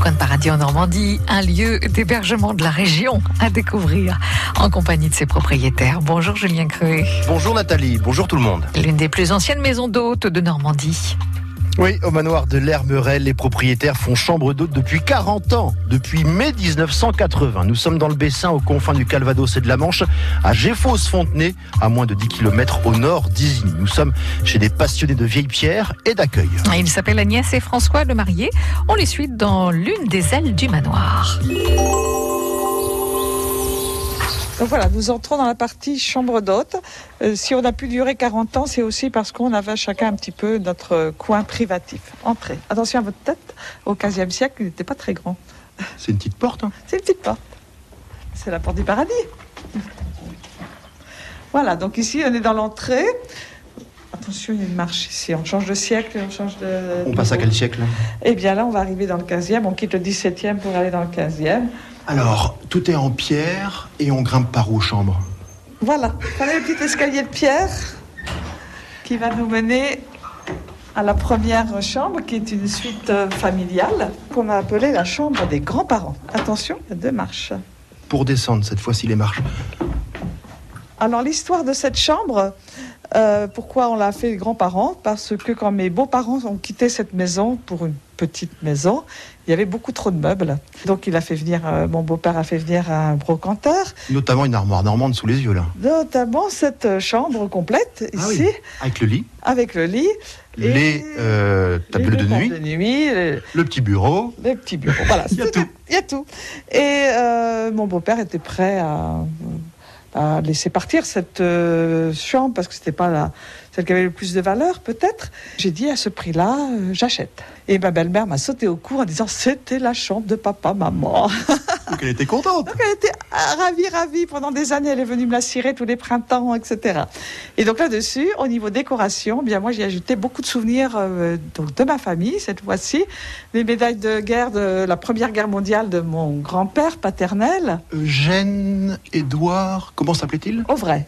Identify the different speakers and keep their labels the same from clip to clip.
Speaker 1: coin de paradis en Normandie, un lieu d'hébergement de la région à découvrir en compagnie de ses propriétaires. Bonjour Julien Creux,
Speaker 2: Bonjour Nathalie, bonjour tout le monde.
Speaker 1: l'une des plus anciennes maisons d'hôtes de Normandie.
Speaker 2: Oui, au manoir de l'Hermerey, les propriétaires font chambre d'hôte depuis 40 ans, depuis mai 1980. Nous sommes dans le Bessin, aux confins du Calvados et de la Manche, à Geffos-Fontenay, à moins de 10 km au nord d'Isigny. Nous sommes chez des passionnés de vieilles pierres et d'accueil.
Speaker 1: Ils s'appellent Agnès et François le marié. On les suit dans l'une des ailes du manoir.
Speaker 3: Donc voilà, nous entrons dans la partie chambre d'hôte. Euh, si on a pu durer 40 ans, c'est aussi parce qu'on avait chacun un petit peu notre euh, coin privatif. Entrez. Attention à votre tête. Au 15e siècle, il n'était pas très grand.
Speaker 2: C'est une petite porte. hein.
Speaker 3: C'est une petite porte. C'est la porte du paradis. Voilà, donc ici, on est dans l'entrée. Attention, il y a une marche ici. On change de siècle, on change de.
Speaker 2: On passe à quel siècle
Speaker 3: Eh bien là, on va arriver dans le 15e. On quitte le 17e pour aller dans le 15e.
Speaker 2: Alors, tout est en pierre et on grimpe par aux chambres
Speaker 3: Voilà, voilà le petit escalier de pierre qui va nous mener à la première chambre qui est une suite euh, familiale qu'on a appelée la chambre des grands-parents. Attention, il y a deux marches.
Speaker 2: pour descendre cette fois-ci les marches.
Speaker 3: Alors l'histoire de cette chambre, euh, pourquoi on l'a fait les grands-parents Parce que quand mes beaux-parents ont quitté cette maison pour une petite maison, il y avait beaucoup trop de meubles. Donc il a fait venir, euh, mon beau-père a fait venir un brocanteur,
Speaker 2: Notamment une armoire normande sous les yeux là,
Speaker 3: notamment cette euh, chambre complète
Speaker 2: Ah oui.
Speaker 3: ici,
Speaker 2: avec le lit,
Speaker 3: avec le lit. et-
Speaker 2: les euh, tables
Speaker 3: Les
Speaker 2: de
Speaker 3: deux tables
Speaker 2: nuit,
Speaker 3: de nuit, le,
Speaker 2: le petit bureau.
Speaker 3: le petit bureau. Voilà,
Speaker 2: Il y a
Speaker 3: c'était-
Speaker 2: tout.
Speaker 3: Il y a tout. Et euh, mon beau-père était prêt à, à laisser partir cette euh, chambre parce que c'était pas la, celle qui avait le plus de valeur, peut-être. J'ai dit à ce prix-là, euh, j'achète. Et ma belle-mère m'a sauté au cou en disant c'était la chambre de papa, maman.
Speaker 2: Donc elle était contente.
Speaker 3: Elle était ah, ravie, ravie. Pendant des années, elle est venue me la cirer tous les printemps, etc. Et donc là-dessus, au niveau décoration, eh bien moi j'ai ajouté beaucoup de souvenirs euh, donc de ma famille cette fois-ci. Les médailles de guerre de la Première Guerre mondiale de mon grand-père paternel,
Speaker 2: Eugène, Édouard, comment s'appelait-il
Speaker 3: au vrai.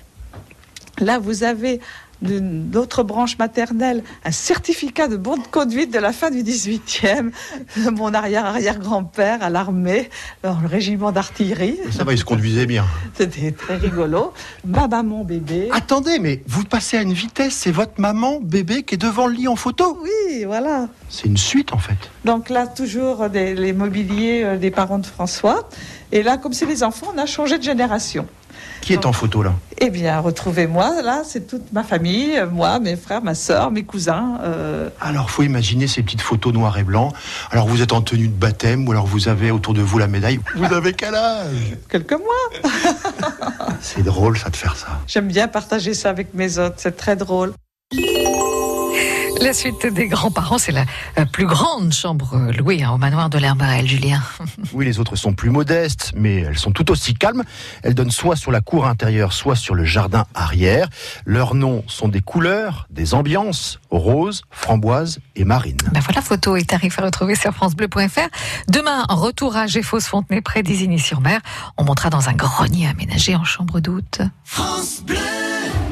Speaker 3: Là, vous avez de notre branche maternelle un certificat de bonne conduite de la fin du 18e, de mon arrière-arrière-grand-père à l'armée, dans le régiment d'artillerie.
Speaker 2: Ça va, il se conduisait bien.
Speaker 3: C'était très rigolo. Ma maman bébé.
Speaker 2: Attendez, mais vous passez à une vitesse, c'est votre maman bébé qui est devant le lit en photo.
Speaker 3: Oui, voilà.
Speaker 2: C'est une suite en fait.
Speaker 3: Donc là, toujours des- les mobiliers euh, des parents de François. Et là, comme c'est les enfants, on a changé de génération.
Speaker 2: Qui est en photo là
Speaker 3: Eh bien, retrouvez-moi. Là, c'est toute ma famille, euh, moi, mes frères, ma sœur, mes cousins. euh,
Speaker 2: Alors faut imaginer ces petites photos noires et blancs. Alors vous êtes en tenue de baptême ou alors vous avez autour de vous la médaille. Vous avez quel âge
Speaker 3: quelques mois.
Speaker 2: C'est drôle ça de faire ça.
Speaker 3: J'aime bien partager ça avec mes autres. C'est très drôle.
Speaker 1: La suite des grands-parents, c'est la euh, plus grande chambre euh, louée hein, au manoir de l'Herbarel, Julien.
Speaker 2: Oui, les autres sont plus modestes, mais elles sont tout aussi calmes. Elles donnent soit sur la cour intérieure, soit sur le jardin arrière. Leurs noms sont des couleurs, des ambiances, rose, framboise et marine.
Speaker 1: Ben voilà, photos et tarifs à retrouver sur francebleu.fr. Demain, retour à Géfos-Fontenay, près d'Isigny-sur-Mer. On montera dans un grenier aménagé en chambre d'hôte.
Speaker 4: France Bleu.